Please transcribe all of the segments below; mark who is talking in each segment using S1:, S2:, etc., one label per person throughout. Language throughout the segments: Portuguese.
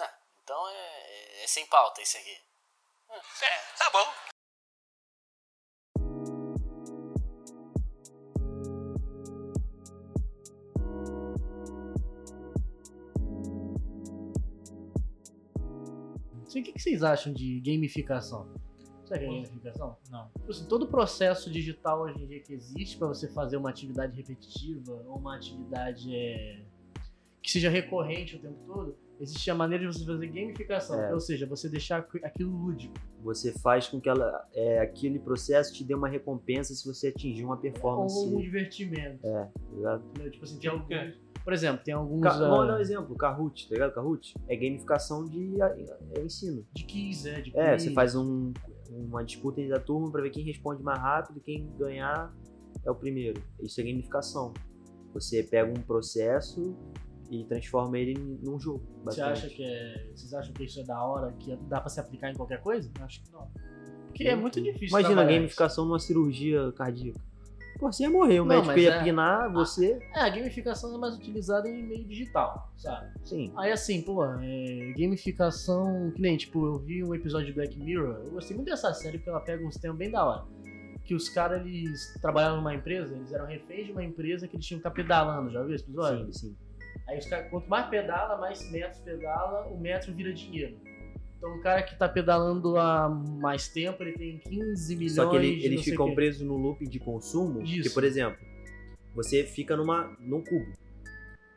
S1: Ah, então é, é sem pauta isso aqui.
S2: É, tá bom.
S3: Assim, o que que vocês acham de gamificação? Sabe o que é gamificação?
S4: Não.
S3: Tipo assim, todo o processo digital hoje em dia que existe para você fazer uma atividade repetitiva ou uma atividade é, que seja recorrente o tempo todo, existe a maneira de você fazer gamificação,
S5: É.
S3: ou seja, você deixar aqu- aquilo lúdico.
S5: Você faz com que ela, é, aquele processo te dê uma recompensa se você atingir uma performance.
S3: Ou um divertimento.
S5: tá ligado?
S3: entendeu? Tipo assim, tem
S4: Tipo o quê?
S3: alguns. Por exemplo, tem alguns.
S5: Ca- Vamos
S3: ah,
S5: dar um exemplo, Kahoot, tá ligado? Kahoot é gamificação de é, é ensino.
S3: de quiz, é, de quiz.
S5: É, você faz um- uma disputa entre a turma pra ver quem responde mais rápido, quem ganhar é o primeiro. Isso é gamificação. Você pega um processo e transforma ele em- num jogo.
S3: Você
S5: basicamente.
S3: acha que é. Vocês acham que isso é da hora, que dá pra se aplicar em qualquer coisa? Acho que não. Porque é muito difícil.
S5: Imagina a
S3: trabalhar
S5: gamificação numa cirurgia cardíaca. Pô, você ia morrer, o
S3: Não,
S5: médico
S3: mas
S5: ia
S3: é-
S5: pinar você.
S3: isso. É, a gamificação é mais utilizada em meio digital, sabe?
S5: Sim.
S3: Aí assim, pô, é, gamificação. Que nem, tipo, eu vi um episódio de Black Mirror. Eu gostei muito dessa série porque ela pega uns temas bem da hora. Que os caras, eles trabalhavam numa empresa, eles eram reféns de uma empresa que eles tinham que estar pedalando, já viu esse episódio?
S5: Sim, sim.
S3: Aí os caras, quanto mais pedala, mais metros pedala, o metro vira dinheiro. Então o cara que tá pedalando há mais tempo, ele tem 15 milhões
S5: Só que ele- um
S3: de não
S5: eles
S3: sei
S5: ficam
S3: quê.
S5: presos no loop de consumo.
S3: Isso.
S5: Que, por exemplo, você fica numa, num cubo.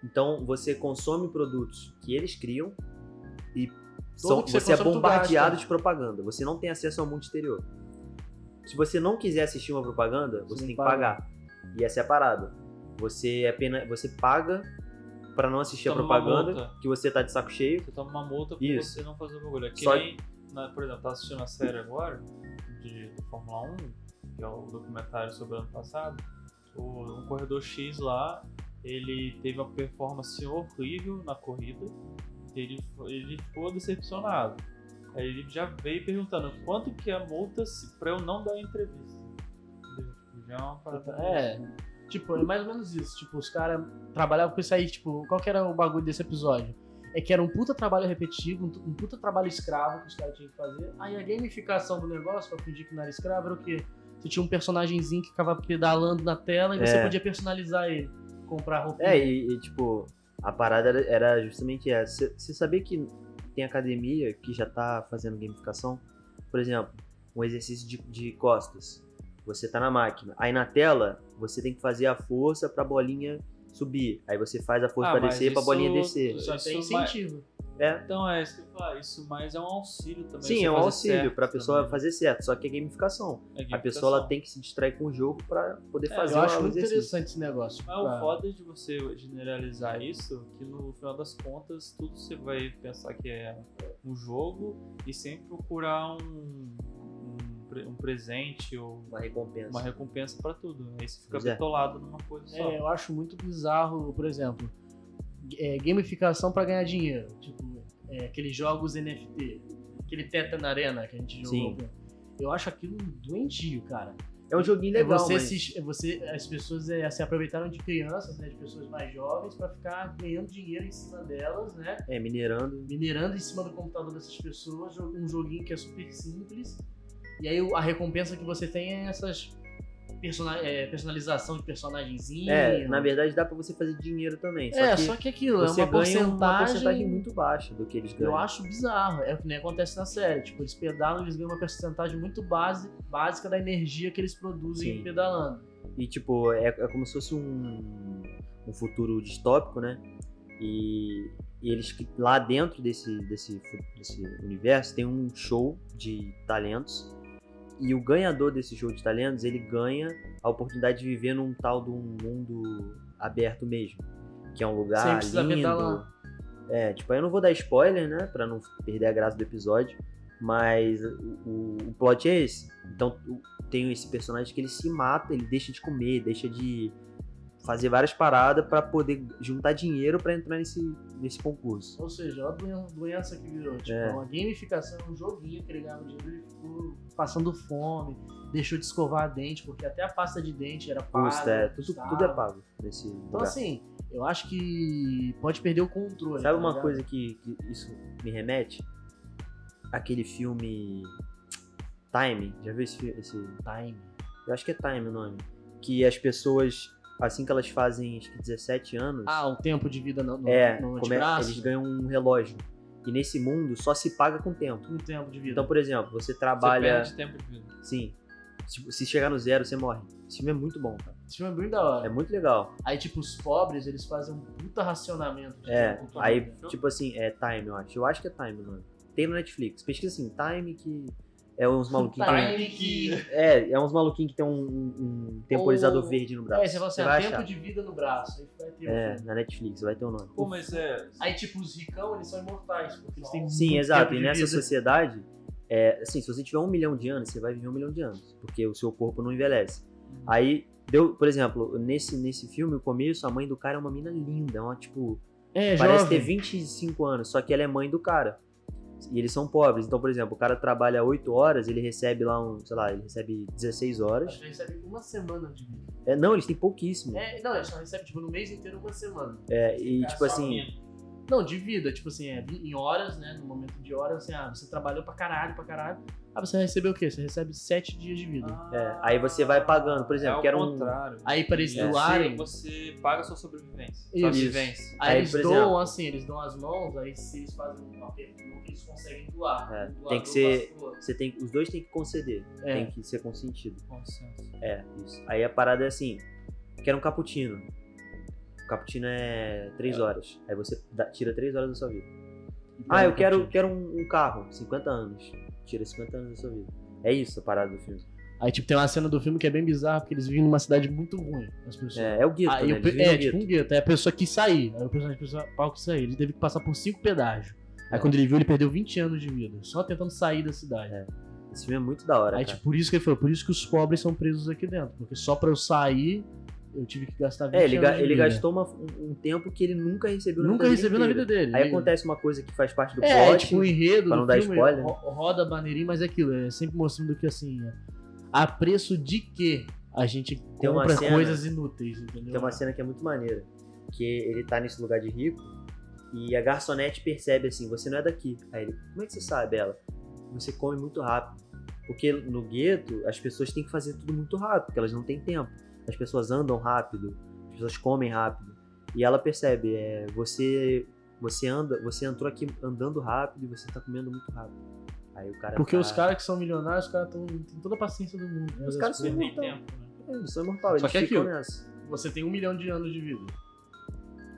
S5: Então você consome produtos que eles criam e são-
S3: que
S5: você,
S3: você
S5: é
S3: consome, tu
S5: bombardeado
S3: gasta.
S5: de propaganda. Você não tem acesso ao mundo exterior. Se você não quiser assistir uma propaganda, você,
S3: Você
S5: tem que
S3: paga.
S5: pagar. E essa é a parada. Você apenas você paga pra não assistir
S4: Toma
S5: a
S4: uma
S5: é propaganda,
S4: multa.
S5: que você tá de saco cheio.
S4: Você toma uma multa por
S5: Isso.
S4: você não fazer o bagulho. É que
S5: Só-
S4: nem, na- por exemplo, tá assistindo a série agora, de, de Fórmula 1, que é o documentário sobre o ano passado, o, um corredor X lá, ele teve uma performance horrível na corrida, ele, fo- ele ficou decepcionado. Aí ele já veio perguntando quanto que é a multa se, pra eu não dar a entrevista. Entendeu? Tipo, Já é uma parada.
S3: É. Tipo, é mais ou menos isso. Tipo, os caras trabalhavam com isso aí, tipo, qual que era o bagulho desse episódio? É que era um puta trabalho repetitivo, um tu- um puta trabalho escravo que os caras tinham que fazer. Aí a gamificação do negócio, pra fingir que não era escravo, era o quê? Você tinha um personagemzinho que ficava pedalando na tela e você
S5: É.
S3: podia personalizar ele. Comprar roupinha.
S5: É, e, e, tipo, a parada era, era justamente essa. Você sabia que tem academia que já tá fazendo gamificação? Por exemplo, um exercício de, de costas. Você tá na máquina. Aí na tela, você tem que fazer a força pra bolinha subir. Aí você faz a força
S4: Ah,
S5: pra
S4: mas
S5: descer, pra bolinha
S4: isso-
S5: descer.
S3: Só tem
S4: Isso, mas-
S3: incentivo.
S5: É.
S4: Então é isso que eu ia falar, isso mais é um auxílio também.
S5: Sim,
S4: você
S5: é um
S4: fazer
S5: auxílio
S4: certo
S5: pra pessoa
S4: também.
S5: fazer certo, só que é gamificação.
S4: É
S5: A pessoa ela
S4: gamificação.
S5: tem que se distrair com o jogo pra poder
S4: É,
S5: fazer
S3: Eu
S5: o
S3: acho muito
S5: exercício.
S3: interessante esse negócio.
S4: Mas é o
S3: pra-
S4: foda de você generalizar isso, que no final das contas, tudo você vai pensar que é um jogo e sempre procurar um, um, pre- um presente ou
S5: Uma recompensa.
S4: uma recompensa pra tudo. né? Aí você fica
S5: Pois é.
S4: bitolado numa coisa só.
S3: É, eu acho muito bizarro, por exemplo, é, gamificação pra ganhar dinheiro. Tipo, é, aqueles jogos NFT. Aquele Teta na Arena que a gente jogou. Eu acho aquilo um doentio, cara.
S5: É um joguinho legal,
S3: você,
S5: mas...
S3: se- é você- as pessoas é, se aproveitaram de crianças, né, de pessoas mais jovens, pra ficar ganhando dinheiro em cima delas, né?
S5: É, minerando.
S3: minerando em cima do computador dessas pessoas, jo- um joguinho que é super simples. E aí o- a recompensa que você tem é essas persona- é, personalização de personagemzinho.
S5: É, na verdade dá pra você fazer dinheiro também. Só
S3: É,
S5: que
S3: só que aquilo, é
S5: você
S3: uma
S5: ganha
S3: porcentagem,
S5: uma porcentagem muito baixa do que eles ganham.
S3: Eu acho bizarro, é o que nem acontece na série. Tipo, eles pedalam, eles ganham uma porcentagem muito base, básica da energia que eles produzem
S5: Sim.
S3: pedalando.
S5: E tipo, é, é como se fosse um, um futuro distópico, né? E, e eles que- lá dentro desse, desse, fu- desse universo tem um show de talentos. E o ganhador desse show de talentos, ele ganha a oportunidade de viver num tal de um mundo aberto mesmo. Que é um
S3: Sem
S5: lugar
S3: precisar
S5: lindo.
S3: pedalar.
S5: É, tipo, eu não vou dar spoiler, né? Pra não perder a graça do episódio. Mas o, o plot é esse. Então o- tem esse personagem que ele se mata, ele deixa de comer, deixa de fazer várias paradas pra poder juntar dinheiro pra entrar nesse, nesse concurso.
S3: Ou seja, olha a doen- doença que virou. Tipo,
S5: É.
S3: uma gamificação, um joguinho que ele ganhava dinheiro, ele ficou passando fome, deixou de escovar dente, porque até a pasta de dente era paga.
S5: Custa, é, tudo,
S3: custava.
S5: tudo é pago né? nesse
S3: tá. Então,
S5: lugar.
S3: assim, eu acho que pode perder o controle.
S5: Sabe
S3: tá
S5: uma
S3: ligado?
S5: coisa que, que isso me remete? Aquele filme Time, já viu esse, fi- esse
S3: Time.
S5: Eu acho que é Time o nome. Que as pessoas, assim que elas fazem acho que 17 anos,
S3: Ah, o tempo de vida no, no,
S5: é,
S3: no
S5: come-
S3: antebraço? né?
S5: eles ganham um relógio. E nesse mundo só se paga com tempo.
S3: Um tempo de vida.
S5: Então, por exemplo, você
S4: Trabalha.
S5: trabalha.
S4: Você perde tempo de vida.
S5: Sim. Se, se chegar no zero, você morre. Esse filme é muito bom, cara.
S3: Esse filme é bem da hora.
S5: É muito legal.
S3: Aí, tipo, os pobres, eles fazem um puta racionamento. De
S5: É.
S3: tempo.
S5: Aí,
S4: Viu?
S5: tipo assim, é Time, eu acho. Eu acho que é Time o nome. Tem no Netflix. Pesquisa assim, Time que. É uns maluquinhos. que tem-
S3: Time que...
S5: É, é uns maluquinhos que tem um, um- um temporizador
S3: Ou-
S5: verde no braço.
S3: É, você fala assim, ah,
S5: vai
S3: tempo
S5: achar.
S3: de vida no braço. Aí vai ter um
S5: É,
S3: filme.
S5: na Netflix, vai ter o nome.
S4: Pô, mas é.
S3: Aí, tipo, os ricão, eles são imortais, porque eles têm
S5: Sim,
S3: muito
S5: exato.
S3: tempo
S5: E
S3: de
S5: nessa
S3: vida.
S5: sociedade, é, assim, se você tiver um milhão de anos, você vai viver um milhão de anos, porque o seu corpo não envelhece.
S3: Uhum.
S5: Aí, deu, por exemplo, nesse, nesse filme, no começo, a mãe do cara é uma mina linda, uma, tipo,
S3: É,
S5: parece
S3: jovem.
S5: ter 25 anos, só que ela é mãe do cara. E eles são pobres. Então, por exemplo, o cara trabalha 8 horas, ele recebe lá um, sei lá, ele recebe 16
S3: Acho
S5: horas.
S3: que recebe uma semana de vida.
S5: É, não, eles têm pouquíssimo. É,
S3: É, não, eles só recebem, tipo, no mês inteiro uma semana.
S5: e
S4: é
S5: tipo
S4: só
S5: assim,
S4: menino.
S3: Não, de vida, tipo assim, é, em horas, né? No momento de horas, assim, ah, você trabalhou pra caralho, pra caralho. Ah, você vai receber o quê? Você recebe sete dias de vida.
S5: é, aí você vai pagando, por exemplo,
S4: é ao
S5: quero um-
S4: contrário.
S3: Aí, pra eles
S4: Você-
S5: É.
S3: doarem...
S4: Você paga a sua sobrevivência.
S3: Isso.
S4: Sua vivência.
S3: Aí,
S5: Aí,
S3: eles
S5: por
S3: doam,
S5: exemplo-
S3: assim, eles dão as mãos, aí se eles fazem um uma pergunta, eles conseguem doar.
S5: É,
S3: Um doador
S5: tem que ser-
S3: passa pro outro.
S5: você tem, os dois têm que conceder,
S3: É.
S5: tem que ser consentido.
S4: Consenso.
S5: É, isso. Aí a parada é assim: quero um cappuccino. O cappuccino é 3 horas. Aí você dá- tira 3 horas da sua vida. Ah, eu quero, quero um, um carro, 50 anos. Tira 50 anos da sua vida. É isso a parada do filme.
S3: Aí, tipo, tem uma cena do filme que é bem bizarra, porque eles vivem numa cidade muito ruim, as pessoas.
S5: É, é o gueto,
S3: Aí
S5: né?
S3: o,
S5: Eles
S3: pe-
S5: vivem
S3: é,
S5: no
S3: tipo
S5: gueto.
S3: um gueto. Aí a pessoa quis sair. Aí o personagem pessoa, pau quis sair. Ele teve que passar por cinco pedágios. Aí
S5: É.
S3: quando ele viu, ele perdeu 20 anos de vida, só tentando sair da cidade.
S5: Esse filme é muito da hora,
S3: Aí,
S5: cara.
S3: tipo, por isso que ele falou, por isso que os pobres são presos aqui dentro. Porque só pra eu sair, eu tive que gastar 20
S5: É, ele,
S3: anos
S5: ga-
S3: de
S5: ele
S3: vida.
S5: gastou uma- um, um tempo que ele nunca recebeu na
S3: Nunca
S5: vida
S3: recebeu na
S5: inteira.
S3: vida dele. né?
S5: Aí
S3: Ele-
S5: acontece uma coisa que faz parte do
S3: É,
S5: plot.
S3: tipo, o enredo
S5: pra
S3: do
S5: não dar
S3: filme
S5: spoiler, né?
S3: ro- roda maneirinho, mas é aquilo, é sempre mostrando que assim, é, a preço de que a gente
S5: Tem uma
S3: compra
S5: cena-
S3: coisas inúteis, entendeu?
S5: Tem uma cena que é muito maneira. Que ele tá nesse lugar de rico e a garçonete percebe assim, você não é daqui. Aí ele, como é que você sabe ela? Você come muito rápido. Porque no gueto, as pessoas têm que fazer tudo muito rápido, porque elas não têm tempo. As pessoas andam rápido, as pessoas comem rápido. E ela percebe, é, você você anda, você entrou aqui andando rápido e você tá comendo muito rápido. Aí o cara
S3: Porque
S5: tá-
S3: os caras que são milionários, os caras tão- têm toda a paciência do mundo. né,
S5: Os
S3: das
S5: caras são
S3: coisas.
S4: Tem
S5: Então.
S4: tempo, né?
S5: eles são imortais,
S3: Só
S5: eles
S3: que é
S5: ficam
S3: aquilo.
S5: nessa.
S3: Você tem um milhão de anos de vida.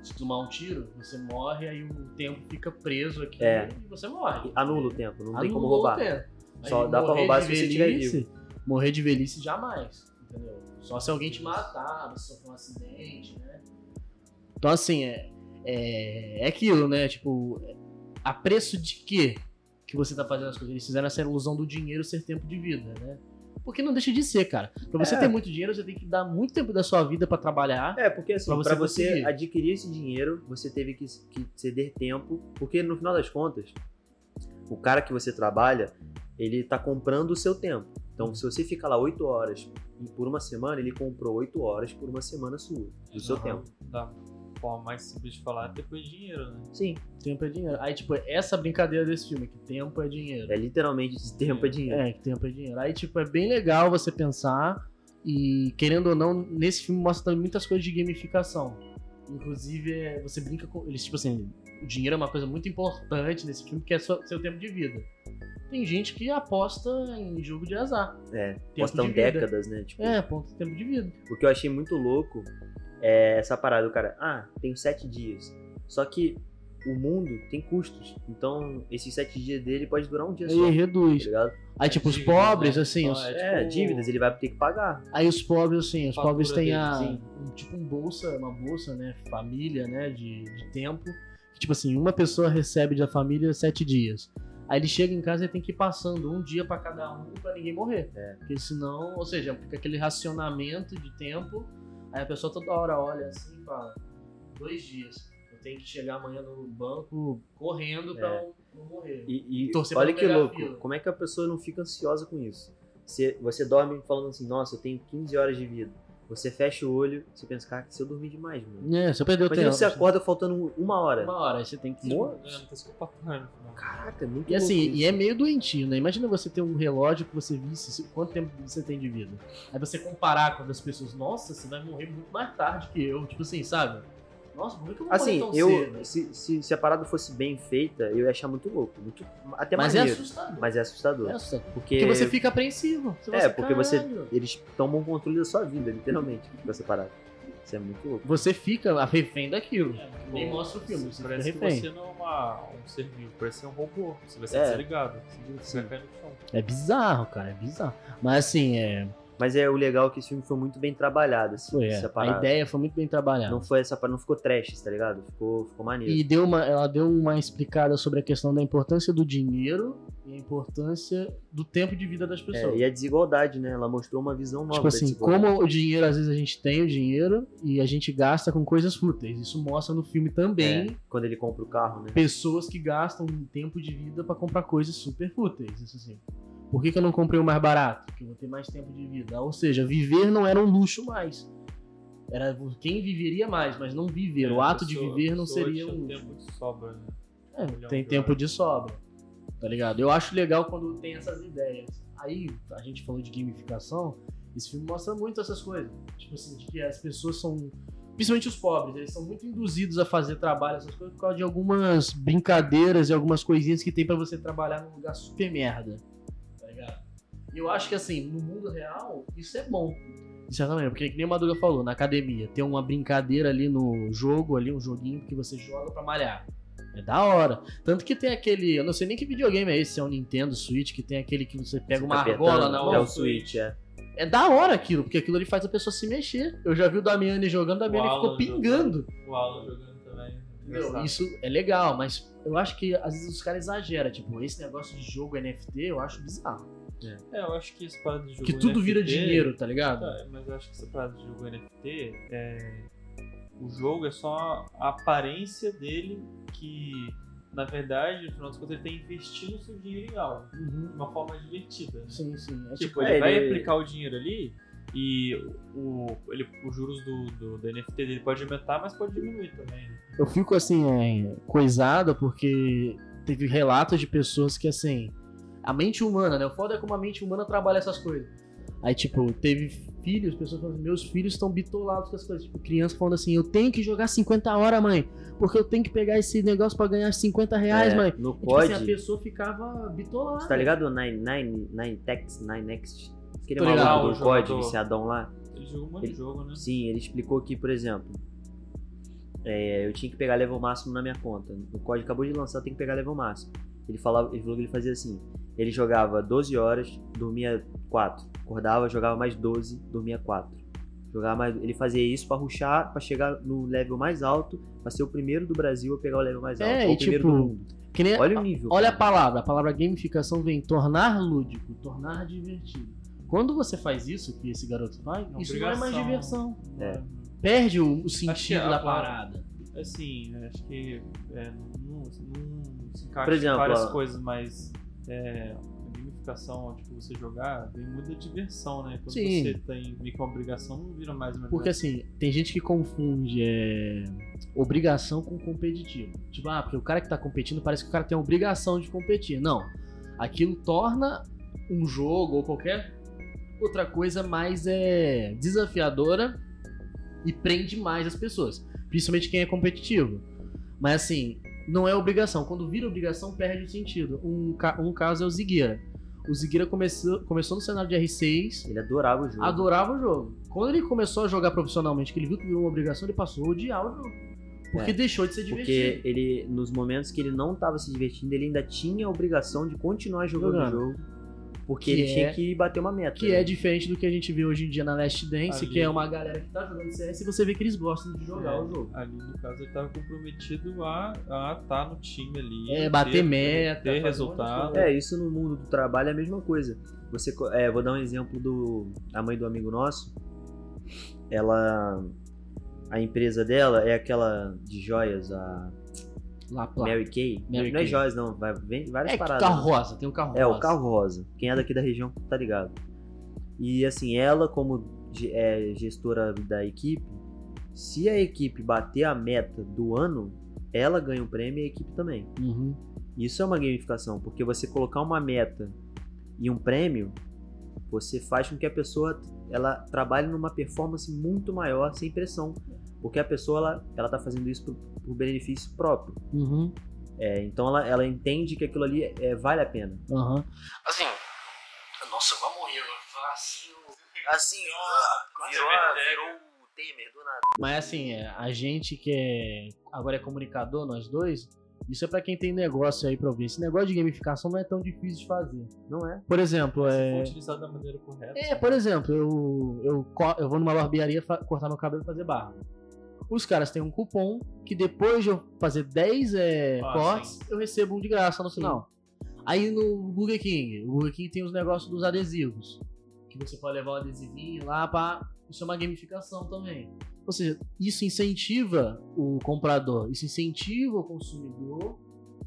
S3: Se tomar um tiro, você morre, aí o tempo fica preso aqui
S5: É.
S3: e você morre.
S5: Anula o tempo, não tem como
S3: Anulou o
S5: roubar.
S3: tempo.
S5: Só
S3: é. Aí
S5: dá pra
S3: morrer
S5: roubar
S3: de
S5: se você tiver
S3: velhice- Morrer de velhice jamais, entendeu? Só se alguém te matar, você sofrer um acidente, né? Então, assim, é, é, é aquilo, né? Tipo, é- a preço de quê que você tá fazendo as coisas? Eles fizeram essa ilusão do dinheiro ser tempo de vida, né? Porque não deixa de ser, cara. Pra você
S5: É.
S3: ter muito dinheiro, você tem que dar muito tempo da sua vida pra trabalhar.
S5: É, porque assim,
S3: Pra
S5: pra
S3: você
S5: você,
S3: conseguir.
S5: adquirir esse dinheiro, você teve que, que ceder tempo, porque no final das contas, o cara que você trabalha, ele tá comprando o seu tempo. Então, se você fica lá oito horas e por uma semana, ele comprou oito horas por uma semana sua, do seu
S4: Não,
S5: tempo.
S4: Da forma mais simples de falar, é depois dinheiro, né?
S5: Sim.
S3: Tempo é dinheiro. Aí, tipo, essa brincadeira desse filme, que tempo é dinheiro.
S5: É literalmente de tempo é dinheiro.
S3: É, que tempo é dinheiro. Aí, tipo, é bem legal você pensar. E, querendo ou não, nesse filme mostra também muitas coisas de gamificação. Inclusive, é, você brinca com. Eles, tipo assim, o dinheiro é uma coisa muito importante nesse filme, que é sua- seu tempo de vida. Tem gente que aposta em jogo de azar.
S5: É.
S3: de
S5: Postam
S3: vida.
S5: décadas, né? Tipo,
S3: É, ponto de tempo de vida.
S5: O que eu achei muito louco é essa parada, o cara, ah, tenho sete dias. Só que o mundo tem custos. Então, esses sete dias dele pode durar um dia só.
S3: Aí é
S5: Tá
S3: reduz.
S5: ligado?
S3: Aí, tipo, os
S4: Dívida,
S3: pobres,
S4: né?
S3: assim,
S4: Então,
S3: os-
S5: É,
S4: tipo-
S5: dívidas, ele vai ter que pagar.
S3: Aí os pobres, assim, os
S4: Fatura
S3: pobres têm
S4: dele,
S3: a,
S4: sim.
S3: um, tipo um bolsa, uma bolsa, né? Família, né? De, de tempo. Que, tipo assim, uma pessoa recebe da família sete dias. Aí ele chega em casa e tem que ir passando um dia pra cada um pra ninguém morrer.
S5: É.
S3: Porque senão, ou seja, fica aquele racionamento de tempo. Aí a pessoa toda hora olha assim e fala: dois dias. Eu tenho que chegar amanhã no banco correndo pra
S5: É.
S3: não- não morrer.
S5: E, e
S3: Torcer
S5: olha
S3: pra
S5: que
S3: pegar
S5: louco,
S3: fila.
S5: como é que a pessoa não fica ansiosa com isso? Você, você dorme falando assim, nossa, eu tenho 15 horas de vida. Você fecha o olho, você pensa, cara, se eu dormir demais, mano.
S3: É, você perdeu
S5: Imagina que você acorda faltando uma hora.
S3: Uma hora, aí você tem que.
S5: Morre.
S4: É, não tá escapando.
S5: Caraca, é muito
S3: E assim,
S5: louco
S3: e
S5: isso.
S3: é meio doentio, né? Imagina você ter um relógio que você visse se- quanto tempo você tem de vida. Aí você comparar com as pessoas, nossa, você vai morrer muito mais tarde que eu, tipo assim, sabe? Nossa, por que eu vou morrer
S5: Assim,
S3: tão
S5: eu,
S3: cedo?
S5: se, se, se a parada fosse bem feita, eu ia achar muito louco. Muito, até
S3: Mas é
S5: maneiro.
S3: assustador.
S5: mas é assustador.
S3: É assustador.
S5: Porque,
S3: Porque você fica apreensivo. Você
S5: É,
S3: fala, assim,
S5: porque você-
S3: "Caralho".
S5: eles tomam o controle da sua vida, literalmente, com essa parada. Isso é muito louco.
S3: Você fica a refém daquilo. É, Nem
S4: Pô,
S3: mostra o filme, você
S4: Parece que
S3: fica refém.
S4: você não é uma, um ser vivo, parece ser um robô. Você vai ser
S5: É.
S4: desligado. Você vai cair no chão.
S3: É bizarro, cara, é bizarro. Mas assim, é,
S5: Mas é o legal é que esse filme foi muito bem trabalhado, assim,
S3: foi, é,
S5: essa
S3: a
S5: parada.
S3: ideia é foi muito bem trabalhada.
S5: Não foi essa parada, não ficou trash, tá ligado? Ficou, ficou maneiro.
S3: E deu uma, ela deu uma explicada sobre a questão da importância do dinheiro e a importância do tempo de vida das
S5: É,
S3: pessoas.
S5: e a desigualdade, né? Ela mostrou uma visão nova
S3: tipo
S5: da
S3: assim,
S5: desigualdade.
S3: como o dinheiro, às vezes a gente tem o dinheiro e a gente gasta com coisas fúteis. Isso mostra no filme também
S5: É, quando ele compra o carro, né?
S3: pessoas que gastam tempo de vida pra comprar coisas super fúteis. Isso assim. Por que, que eu não comprei o mais barato? Porque eu vou ter mais tempo de vida. Ou seja, viver não era um luxo mais. Era quem viveria mais, mas não viver. o
S4: É, a
S3: ato de
S4: pessoa-
S3: viver
S4: a
S3: não
S4: pessoa
S3: seria
S4: tinha
S3: um luxo.
S4: tempo de sobra, né?
S3: É,
S4: Olhar
S3: tem
S4: um
S3: tempo
S4: pior.
S3: de sobra, tá ligado? Eu acho legal quando tem essas ideias. Aí, a gente falou de gamificação, esse filme mostra muito essas coisas. Tipo assim, de que as pessoas são, principalmente os pobres, eles são muito induzidos a fazer trabalho, essas coisas, por causa de algumas brincadeiras e algumas coisinhas que tem pra você trabalhar num lugar super merda, tá ligado? E eu acho que assim, no mundo real, isso é bom. De certa maneira, porque que nem o Madruga falou, na academia, tem uma brincadeira ali no jogo, ali um joguinho que você joga pra malhar. É da hora. Tanto que tem aquele. Eu não sei nem que videogame é esse, se é um Nintendo Switch, que tem aquele que você pega
S5: Você
S3: uma
S5: tá
S3: argola
S5: apertando,
S3: na
S5: É
S3: hora.
S5: o Switch, é.
S3: É da hora aquilo, porque aquilo ali faz a pessoa se mexer. Eu já vi o Damiani jogando, o Damiani
S4: O
S3: ficou
S4: Alan jogando.
S3: pingando.
S4: O Alan jogando também.
S3: Meu,
S4: engraçado.
S3: isso é legal, mas eu acho que às vezes os caras exageram. Tipo, esse negócio de jogo NFT eu acho bizarro.
S4: É, eu acho que essa parada de jogo
S3: Que tudo vira
S4: NFT,
S3: dinheiro, tá ligado?
S4: tá, mas eu acho que essa parada de jogo NFT, é, o jogo é só a aparência dele que, na verdade, no final das contas, ele tá investindo o seu dinheiro em algo. De
S3: Uhum.
S4: uma forma divertida. né?
S3: Sim, sim. É tipo,
S4: Tipo, ele
S5: É,
S4: vai
S5: ele-
S4: aplicar o dinheiro ali e o, ele, os juros do, do, do NFT dele pode aumentar, mas pode diminuir também. né?
S3: eu fico assim, é, coisado, porque teve relatos de pessoas que assim. A mente humana, né? O foda é como a mente humana trabalha essas coisas. Aí, tipo, teve filhos, pessoas falando assim, meus filhos estão bitolados com as coisas. Tipo, criança falando assim, eu tenho que jogar 50 horas, mãe, porque eu tenho que pegar esse negócio pra ganhar 50 reais,
S5: É,
S3: mãe.
S5: No
S3: E, tipo assim,
S5: COD,
S3: a pessoa ficava bitolada.
S5: você tá ligado? Nine, nine, nine Tex, Nine Next. Aquele
S3: Tô
S5: maluco
S4: ligado,
S5: do
S4: o
S5: COD,
S4: jogador.
S5: viciadão lá.
S4: Ele jogou um monte
S5: Ele-
S4: de jogo, né?
S5: Sim, ele explicou que, por exemplo, é, eu tinha que pegar level máximo na minha conta. O código acabou de lançar, eu tenho que pegar level máximo. Ele, falava, ele falou que ele fazia assim: ele jogava 12 horas, dormia 4. Acordava, jogava mais 12, dormia 4. Jogava mais, ele fazia isso pra ruxar, pra chegar no level mais alto, pra ser o primeiro do Brasil a pegar o level mais alto.
S3: É,
S5: ou
S3: e
S5: o primeiro
S3: tipo,
S5: do mundo.
S3: Que nem-
S5: Olha o nível.
S3: Olha a
S5: cara.
S3: palavra, a palavra gamificação vem tornar lúdico, tornar divertido. Quando você faz isso, que esse garoto faz,
S4: É
S3: isso não é mais
S4: obrigação.
S3: diversão.
S5: É.
S3: Perde o, o
S4: Acho que
S3: sentido
S4: a-
S3: da
S4: a-
S3: parada.
S4: Assim, eu acho que é, não, não se encaixa
S5: Por exemplo,
S4: em várias
S5: a-
S4: coisas, mas é, a gamificação, tipo, você jogar, vem muita diversão, né? Quando
S3: Sim.
S4: você tem meio que uma obrigação, não vira mais uma
S3: Porque assim, tem gente que confunde é, obrigação com competitivo. Tipo, ah, porque o cara que tá competindo parece que o cara tem a obrigação de competir. Não. Aquilo torna um jogo ou qualquer outra coisa mais é, desafiadora e prende mais as pessoas. Principalmente quem é competitivo. Mas assim, não é obrigação. Quando vira obrigação, perde o sentido. Um, ca- um caso é o Zigueira. O Zigueira começou, começou no cenário de R6
S5: Ele adorava o jogo.
S3: adorava o jogo. Quando ele começou a jogar profissionalmente, que ele viu que virou uma obrigação, ele passou a odiar o jogo. Porque
S5: É.
S3: deixou de ser divertido.
S5: Porque ele, nos momentos que ele não tava se divertindo, ele ainda tinha a obrigação de continuar jogando o
S3: Jogando.
S5: jogo. Porque
S3: Que
S5: ele tinha
S3: é-
S5: que bater uma meta. né?
S3: Que é diferente do que a gente vê hoje em dia na Last Dance,
S4: Ali.
S3: que é uma galera que tá jogando CS e você vê que eles gostam de jogar
S4: É.
S3: o jogo.
S4: Ali, no caso, ele tava comprometido a estar no time ali.
S3: É, bater
S4: ter-
S3: meta,
S4: Ter
S3: fazer
S4: resultado.
S3: um monte
S5: É, isso no mundo do trabalho é a mesma coisa. Você, co- é, vou dar um exemplo do a mãe do amigo nosso. ela. A empresa dela é aquela de joias, a
S3: Lá, plá.
S5: Mary Kay.
S3: Mary
S5: não é
S3: Kay.
S5: joias, não. Vai, vem
S3: É,
S5: várias
S3: que
S5: paradas.
S3: carro rosa, tem um carro
S5: É,
S3: rosa.
S5: o carro rosa. Quem é daqui da região tá ligado. E assim, ela, como ge- é, gestora da equipe, se a equipe bater a meta do ano, ela ganha um prêmio e a equipe também.
S3: Uhum.
S5: Isso é uma gamificação, porque você colocar uma meta e um prêmio, você faz com que a pessoa ela trabalhe numa performance muito maior sem pressão. Porque a pessoa ela, ela tá fazendo isso por, por benefício próprio.
S3: Uhum.
S5: É, então ela, ela entende que aquilo ali é, vale a pena.
S3: Aham.
S1: Assim. Nossa, eu vou morrer agora. Falar assim.
S5: Assim, ó,
S2: virou a-
S5: o Temer do nada.
S3: Mas assim, é, a gente que é, agora é comunicador, nós dois, isso é pra quem tem negócio aí pra ouvir. Esse negócio de gamificação não é tão difícil de fazer.
S5: Não é?
S3: Por exemplo,
S4: Se for
S3: é.
S4: utilizado da maneira correta.
S3: É, por exemplo, eu, eu, co- eu vou numa barbearia fa- cortar meu cabelo e fazer barba. Os caras têm um cupom que depois de eu fazer 10 é,
S4: Ah,
S3: cortes,
S4: sim.
S3: eu recebo um de graça no final. Aí no Burger King, o Burger King tem os negócios dos adesivos. Que você pode levar o adesivinho lá pra. Isso é uma gamificação também. Ou seja, isso incentiva o comprador, isso incentiva o consumidor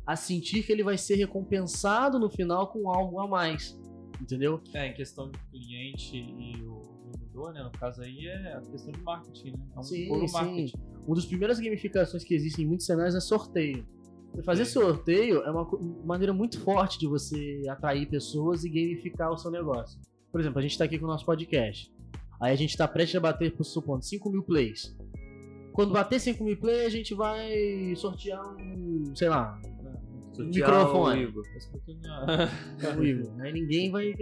S3: a sentir que ele vai ser recompensado no final com algo a mais. Entendeu?
S4: É, em questão de cliente e o vendedor, né? No caso aí é a questão de marketing, né? É um
S3: Sim,
S4: puro
S3: sim.
S4: marketing.
S3: Uma das Um primeiras gamificações que existem em muitos cenários é sorteio. Você Fazer
S4: Sim.
S3: sorteio é uma co- maneira muito forte de você atrair pessoas e gamificar o seu negócio. Por exemplo, a gente está aqui com o nosso podcast. Aí a gente está prestes a bater, por supondo, 5 mil plays. Quando bater 5 mil plays, a gente vai sortear um, sei lá, Microfone.
S4: Mas por que não?
S3: um Igor. Aí ninguém vai.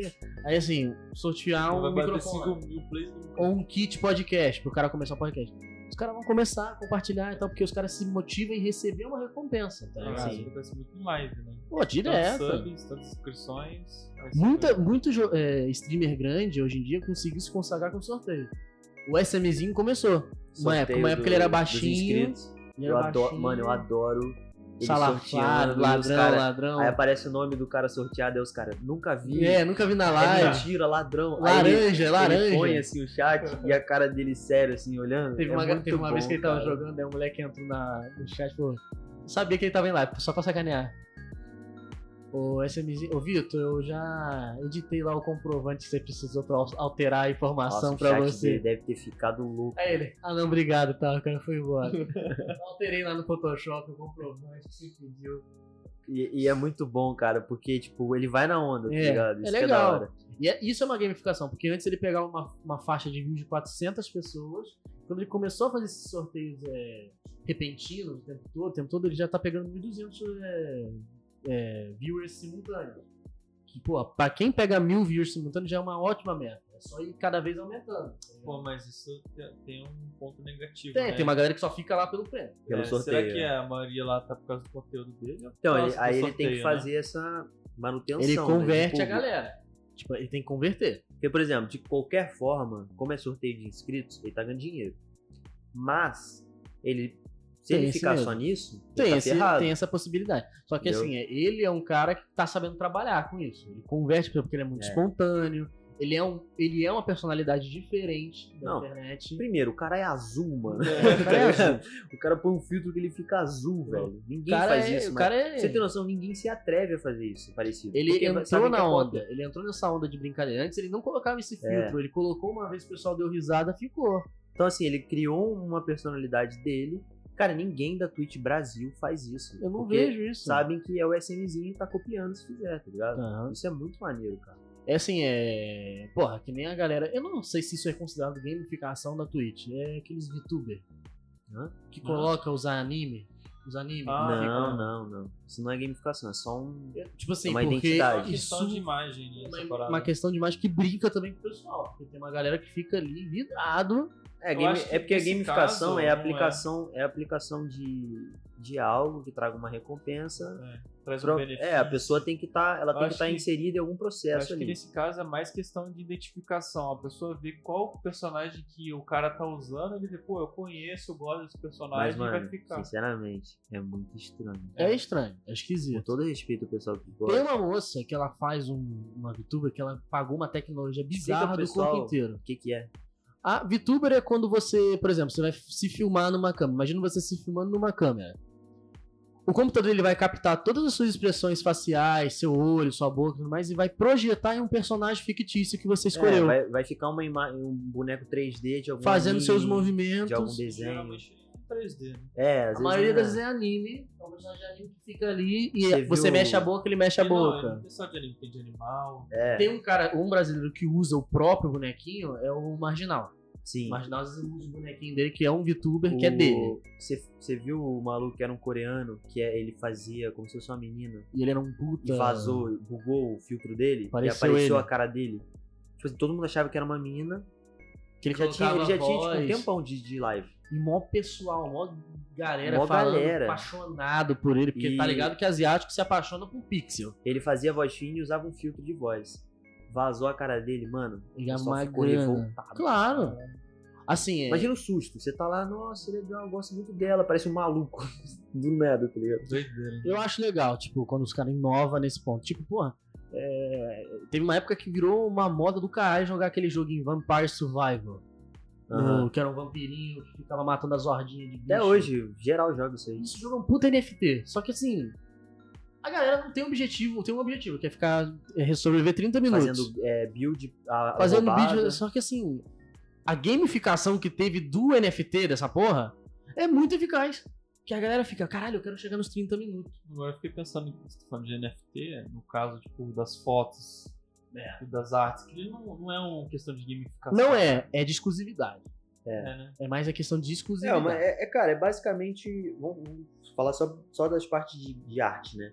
S3: Aí assim, sortear um
S4: Vai bater
S3: microfone.
S4: 5 mil plays no
S3: ou um kit podcast pro cara começar o podcast. Os caras vão começar a compartilhar e tal, porque os caras se motivam em receber uma recompensa, tá
S4: Ah,
S3: ligado?
S4: Isso acontece muito em live, né?
S3: Pô,
S4: Tantos
S3: direto.
S4: subs, tantas inscrições. aí você
S3: Muita,
S4: vai-
S3: muito jo- é, streamer grande hoje em dia conseguiu se consagrar com sorteio. O SMzinho começou. Uma época, uma época ele era baixinho. Ele
S5: Eu
S3: era
S5: adoro,
S3: baixinho,
S5: mano, eu adoro. ele sorteando
S3: Salafado,
S5: e os
S3: ladrão,
S5: cara-
S3: ladrão.
S5: Aí aparece o nome do cara sorteado, aí os caras, nunca vi.
S3: É, nunca vi na
S5: É
S3: live.
S5: mentira, ladrão. Aí ele-
S3: Laranja,
S5: Ele põe
S3: laranja.
S5: assim o chat e a cara dele sério, assim, olhando.
S3: Teve
S5: é
S3: uma,
S5: muito
S3: teve uma
S5: bom,
S3: vez que ele tava
S5: cara.
S3: jogando, aí um moleque entrou na, no chat e falou: Sabia que ele tava em live, só pra sacanear. Ô, SMzinho, ô Vitor, eu já editei lá o comprovante que você precisou pra al- alterar a
S5: Nossa,
S3: informação
S5: o
S3: pra
S5: chat
S3: você.
S5: dele deve ter ficado louco.
S3: Aí ele, ah não, obrigado, tá, o cara foi embora. Eu Alterei lá no Photoshop o comprovante que você pediu.
S5: E, e é muito bom, cara, porque, tipo, ele vai na onda, tá
S3: É,
S5: ligado?
S3: é
S5: Isso que é da
S3: legal.
S5: hora.
S3: E é- isso é uma gamificação, porque antes ele pegava uma, uma faixa de views de 400 pessoas, quando ele começou a fazer esses sorteios é, repentinos o tempo todo, o tempo todo ele já tá pegando 1.200 é, é, viewers simultâneos. Que, pô, pra quem pega mil viewers simultâneos já é uma ótima meta. É só ir cada vez aumentando.
S4: Pô, mas isso te- tem um ponto negativo.
S3: Tem,
S4: né?
S3: tem uma galera que só fica lá pelo prêmio.
S5: Pelo
S4: É,
S5: sorteio. né?
S4: Será que a maioria lá tá por causa do conteúdo dele? ou por
S5: Então,
S4: causa
S5: ele-
S4: do
S5: aí ele
S4: sorteio,
S5: tem que
S4: né?
S5: fazer essa manutenção.
S3: Ele
S5: né, de
S3: converte a
S5: público.
S3: galera. Tipo, ele tem que converter.
S5: Porque, por exemplo, de qualquer forma, como é sorteio de inscritos, ele tá ganhando dinheiro. Mas, ele. Se
S3: Tem
S5: ele
S3: esse
S5: ficar
S3: medo.
S5: só nisso, ele
S3: Tem,
S5: tá
S3: esse-
S5: ferrado.
S3: tem essa possibilidade. Só que
S5: Entendeu?
S3: assim, é, ele é um cara que tá sabendo trabalhar com isso. Ele converte porque ele é muito
S5: É.
S3: espontâneo. Ele é, um, ele é uma personalidade diferente da
S5: Não.
S3: internet.
S5: Primeiro, o cara é azul, mano. Tá
S3: O cara é azul.
S5: O cara põe um filtro que ele fica azul, velho.
S3: O
S5: Ninguém
S3: cara
S5: faz
S3: é-
S5: isso,
S3: o
S5: mano.
S3: cara é-
S5: Você tem noção, ninguém se atreve a fazer isso, parecido.
S3: Ele
S5: Porque sabe
S3: entrou
S5: que é
S3: na
S5: cópia.
S3: onda. Ele entrou nessa onda de brincadeira. Antes ele não colocava esse
S5: É.
S3: filtro. Ele colocou uma vez, o pessoal deu risada, ficou.
S5: Então, assim, ele criou uma personalidade dele. Cara, ninguém da Twitch Brasil faz isso.
S3: Eu não
S5: porque
S3: vejo isso.
S5: Sabem que é o SMzinho e tá copiando se fizer, tá ligado?
S3: Aham.
S5: Isso é muito maneiro, cara.
S3: É assim, é. Porra, que nem a galera. Eu não sei se isso é considerado gamificação da Twitch. É aqueles VTuber. né,
S5: Hã?
S3: Que coloca os anime. Os anime.
S4: Ah,
S5: não,
S4: fica-
S5: não, não. Isso não é gamificação, é só um.
S3: Tipo assim,
S5: É
S3: porque
S5: uma
S4: É uma
S5: identidade.
S4: questão
S3: isso
S4: de imagem, né?
S3: é
S4: essa
S3: uma,
S4: parada.
S3: uma questão de imagem que brinca também com o pessoal. Porque tem uma galera que fica ali vidrado.
S5: É,
S4: Eu
S5: game-
S4: acho que
S5: é porque a
S4: nesse
S5: gamificação
S4: caso,
S5: é a
S4: não é.
S5: aplicação, é a aplicação de, de algo que traga uma recompensa.
S4: Traz um
S5: Pro-
S4: benefício.
S5: é, a pessoa tem que estar, ela
S4: Eu
S5: tem que
S4: acho
S5: estar
S4: que-
S5: inserida em algum
S4: Eu
S5: processo
S4: Acho que
S5: ali.
S4: nesse caso é mais questão de identificação. A pessoa vê qual personagem que o cara tá usando, ele vê, pô, eu conheço, eu gosto desse
S5: Mas,
S4: personagem e
S5: mano,
S4: vai ficar.
S5: sinceramente, é muito estranho.
S3: É, estranho, é
S5: Com
S3: esquisito.
S5: todo respeito ao pessoal que
S3: Tem
S5: gosta,
S3: uma moça que ela faz um, uma VTuber que ela pagou uma tecnologia
S5: Explica
S3: bizarra
S5: pro
S3: do corpo
S5: pessoal.
S3: inteiro.
S5: o que que é?
S3: A VTuber é quando você, por exemplo, você vai se filmar numa câmera. Imagina você se filmando numa câmera. O computador ele vai captar todas as suas expressões faciais, seu olho, sua boca e tudo mais, e vai projetar em um personagem fictício que você escolheu.
S5: É, vai, vai ficar uma ima- um boneco 3D de algum
S3: fazendo
S5: anime,
S3: seus
S5: de algum
S3: movimentos.
S5: desenho.
S4: Geralmente é 3D, né?
S5: É, às
S3: A
S5: vezes
S3: maioria
S5: é.
S3: das vezes é anime. É um personagem de anime que fica ali e
S5: Você
S3: você,
S5: viu-
S3: mexe a boca, ele mexe a
S4: E
S3: boca.
S4: Não, é só de anime, tem de animal.
S5: É,
S3: Tem um cara, um brasileiro que usa o próprio bonequinho, é o Marginal.
S5: sim.
S3: O Marginal às vezes usa o bonequinho dele, que é um VTuber, que é dele.
S5: Você viu o maluco que era um coreano, que é- ele fazia como se fosse uma menina,
S3: E ele era um puta.
S5: e vazou, bugou o filtro dele,
S3: Apareceu
S5: e apareceu
S3: ele.
S5: a cara dele. Tipo assim, todo mundo achava que era uma menina.
S3: Que ele
S5: Ele já tinha, ele já tinha tipo, um
S3: tempo.
S5: tempão de, de live.
S3: E mó pessoal, mó galera
S5: Mó
S3: falando
S5: galera.
S3: apaixonado por ele. Porque
S5: E-
S3: tá ligado que asiático se apaixona por pixel.
S5: Ele fazia voz fina e usava um filtro de voz. Vazou a cara dele, mano.
S3: E é
S5: o pessoal
S3: uma
S5: ficou
S3: grana.
S5: revoltado.
S3: Claro. Assim, é,
S5: Imagina o susto. Você tá lá, nossa, legal, gosto muito dela, parece um maluco. Do nada, tá ligado?
S4: Doideira. né?
S3: eu acho legal, tipo, quando os caras inovam nesse ponto. Tipo, porra, é, teve uma época que virou uma moda do caralho jogar aquele joguinho Vampire Survival.
S5: Aham.
S3: No- que era um vampirinho que ficava matando as hordinhas de bicho.
S5: Até hoje, geral joga isso aí.
S3: Isso joga um puta NFT. Só que assim, a galera não tem um objetivo, tem um objetivo, que é ficar é, sobreviver 30 minutos. Fazendo,
S5: Fazendo é, build. A, a roubada.
S3: vídeo. Só que assim, a gamificação que teve do NFT dessa porra é muito eficaz. Que a galera fica, caralho, eu quero chegar nos 30 minutos.
S4: Agora eu fiquei pensando em você tá falando de NFT, no caso, tipo, das fotos e das artes, que não, não é uma questão de gamificação.
S3: Não é, é de exclusividade.
S4: É, né?
S3: É mais a questão de
S5: É,
S3: exclusividade.
S5: mas é, é, cara, é basicamente. Vamos, vamos falar só, só das partes de, de arte, né?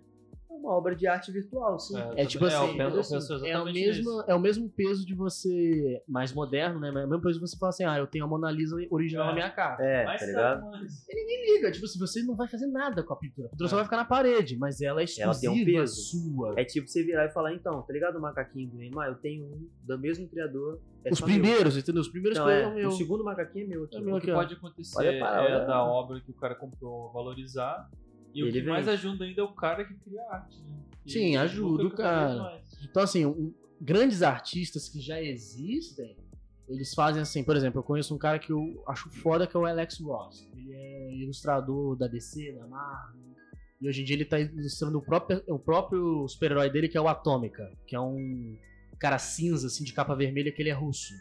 S5: É uma obra de arte virtual, sim.
S3: É tipo assim,
S4: eu penso- eu
S3: assim,
S4: penso
S3: é, o
S4: exatamente
S3: mesmo,
S4: nisso.
S3: é o mesmo peso de você, mais moderno, né? Mas É o mesmo peso de você falar assim, ah, eu tenho a Mona Lisa original
S4: É.
S3: na minha cara.
S5: É,
S4: Mas
S5: tá
S4: sabe,
S5: ligado?
S4: mas-
S3: Ele liga, tipo assim, você não vai fazer nada com a pintura. A pintura só vai ficar na parede, mas ela é
S5: É. Ela
S3: exclusiva
S5: tem um peso.
S3: sua.
S5: É tipo você virar e falar, então, tá ligado o macaquinho do Neymar? Eu tenho um do mesmo criador. É
S3: Os
S5: só meu.
S3: primeiros, entendeu? Os primeiros
S5: Não,
S3: que
S5: é,
S3: eu- eu-
S5: O segundo macaquinho é meu aqui.
S3: É meu
S4: O
S3: aqui.
S4: que
S3: ó.
S4: pode acontecer
S5: Olha a parada,
S4: é
S5: né?
S4: da obra que o cara comprou valorizar. E o
S5: Ele
S4: que mais
S5: vende.
S4: ajuda ainda é o cara que cria a arte, né? E
S3: Sim,
S4: isso
S3: ajuda
S4: lucra
S3: o
S4: cada vez
S3: cara.
S4: mais.
S3: Então, assim, um- grandes artistas que já existem, eles fazem assim, por exemplo, eu conheço um cara que eu acho foda que é o Alex Ross. Ele é ilustrador da DC, da Marvel. E hoje em dia ele tá ilustrando o próprio, o próprio super-herói dele, que é o Atômica, que é um cara cinza, assim, de capa vermelha, que ele é russo.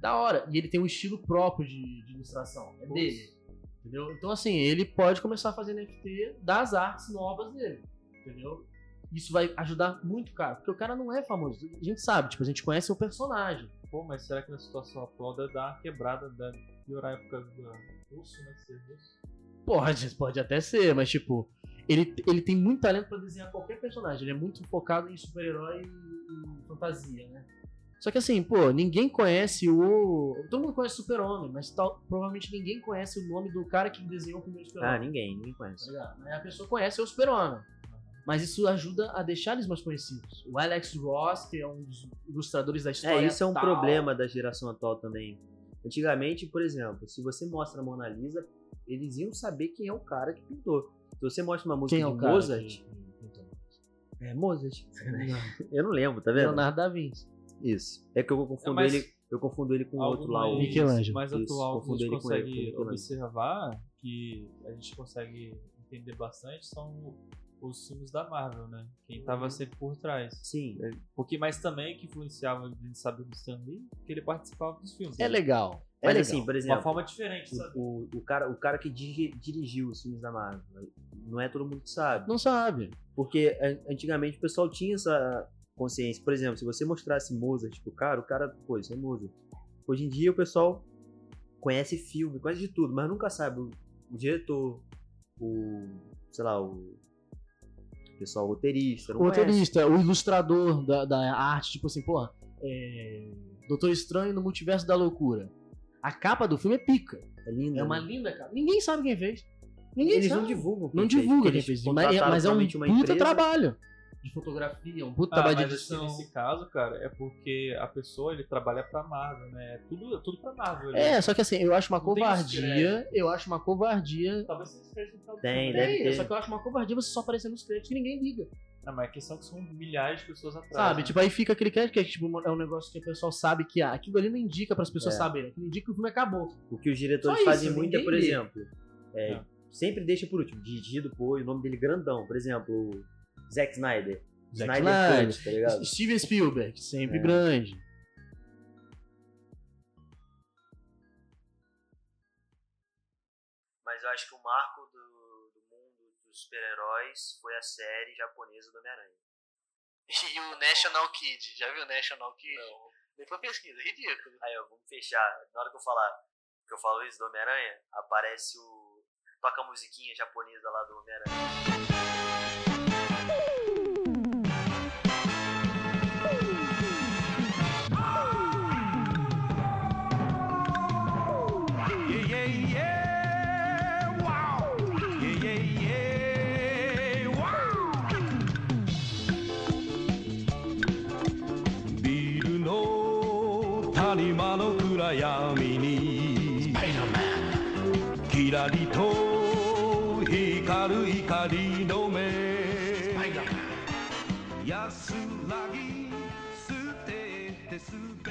S3: Da hora. E ele tem um estilo próprio de, de ilustração. É dele. Entendeu? Então, assim, ele pode começar a fazer NFT das artes novas dele. Entendeu? Isso vai ajudar muito, cara. Porque o cara não é famoso. A gente sabe, tipo, a gente conhece o personagem.
S4: Pô, mas será que na situação atual deve dar uma quebrada, deve piorar a época do russo, né? Ser russo.
S3: Pode, pode até ser, mas tipo, ele, ele tem muito talento pra desenhar qualquer personagem. Ele é muito focado em super-herói e, e fantasia, né? Só que assim, pô, ninguém conhece o. Todo mundo conhece Super-Homem, mas tal, provavelmente ninguém conhece o nome do cara que desenhou o primeiro
S5: Ah,
S3: Super-Homem.
S5: ninguém, ninguém
S3: tá
S5: conhece.
S3: ligado? Aí a pessoa conhece o Super-Homem. Mas isso ajuda a deixar eles mais conhecidos. O Alex Ross, que é um dos ilustradores da história.
S5: É, isso é um
S3: tal,
S5: problema da geração atual também. Antigamente, por exemplo, se você mostra a Mona Lisa, eles iam saber quem é o cara que pintou. Se você mostra uma música
S3: Quem é
S5: de
S3: o cara?
S5: Mozart,
S3: que- que- então,
S5: é Mozart. Eu não lembro, tá vendo?
S3: Leonardo da Vinci.
S5: Isso. É que eu confundo
S4: É, mas-
S5: ele, eu confundo ele com o
S4: Algo
S5: outro lá, o
S4: mais-
S3: Michelangelo.
S4: Mais
S5: Isso,
S4: atual que a
S5: confundo
S4: gente
S5: ele com ele, com o
S4: consegue
S5: Michelangelo.
S4: observar, que a gente consegue entender bastante, são os filmes da Marvel, né? Quem tava
S5: Uhum.
S4: sempre por trás.
S5: Sim, é-
S4: Porque, mas também que influenciava, a gente sabe, do Stan Lee, que ele participava dos filmes.
S3: É legal. É
S5: mas
S3: legal.
S5: assim, por
S4: De uma
S5: exemplo,
S4: forma diferente, sabe?
S5: o, o- o cara, o cara que dirige- dirigiu os filmes da Marvel, não é todo mundo que sabe.
S3: Não sabe.
S5: Porque an- antigamente o pessoal tinha essa consciência. Por exemplo, se você mostrasse Mozart pro cara, o cara, pô, isso é Mozart. Hoje em dia o pessoal conhece filme, conhece de tudo, mas nunca sabe o, o diretor, o, sei lá, o o pessoal roteirista, não
S3: o
S5: conhece.
S3: roteirista, o ilustrador da, da arte, tipo assim, porra, é... Doutor Estranho no Multiverso da Loucura. A capa do filme é pica.
S5: É lindo.
S3: É uma
S5: né?
S3: linda capa. Ninguém sabe quem fez. Ninguém
S5: Eles
S3: sabe.
S5: não divulgam. quem
S3: Não
S5: fez,
S3: divulga
S5: porque
S3: quem
S5: eles
S3: fez. Mas, é-
S5: contrataram
S3: mas é um
S5: somente
S3: puta
S5: uma empresa.
S3: trabalho. De fotografia, um puta
S4: Ah,
S3: trabalho de
S4: mas assim,
S3: edição.
S4: nesse caso, cara, é porque a pessoa, ele trabalha pra Marvel, né? É Tudo, é tudo pra Marvel. né?
S3: É, só que assim, eu acho uma
S4: Não tem
S3: covardia. Eu acho uma covardia. É
S4: Talvez vocês acreditem
S3: Tem,
S5: Tem, deve ter.
S3: só que eu acho uma covardia você só aparecer nos créditos que ninguém liga.
S4: Não, mas a questão é que são milhares de pessoas atrás.
S3: Sabe?
S4: né?
S3: Tipo, aí fica aquele que que tipo, é um negócio que o pessoal sabe que há. Aquilo ali não indica pras pessoas
S5: É.
S3: saberem. Aquilo indica que o filme acabou.
S5: O que os diretores
S3: Só isso,
S5: fazem muito é, por
S3: ninguém lê.
S5: exemplo, é,
S4: É.
S5: sempre deixa por último, dirigido por, e o nome dele grandão, por exemplo, o Zack Snyder.
S3: Zack
S5: Films, tá ligado?
S3: Steven Spielberg, sempre
S5: É.
S3: grande.
S5: Mas eu acho que o marco do, do mundo dos super-heróis foi a série japonesa do Homem-Aranha.
S1: E o National Kid, já viu o National Kid? Não. Depois pesquisa, ridículo.
S5: Aí, ó, vamos fechar. Na hora que eu falar que eu falo isso do Homem-Aranha, aparece o. Toca a musiquinha japonesa lá do Homem-Aranha.
S6: ビルの谷間の暗闇にキラリと光る光の目安らぎ捨ててすべ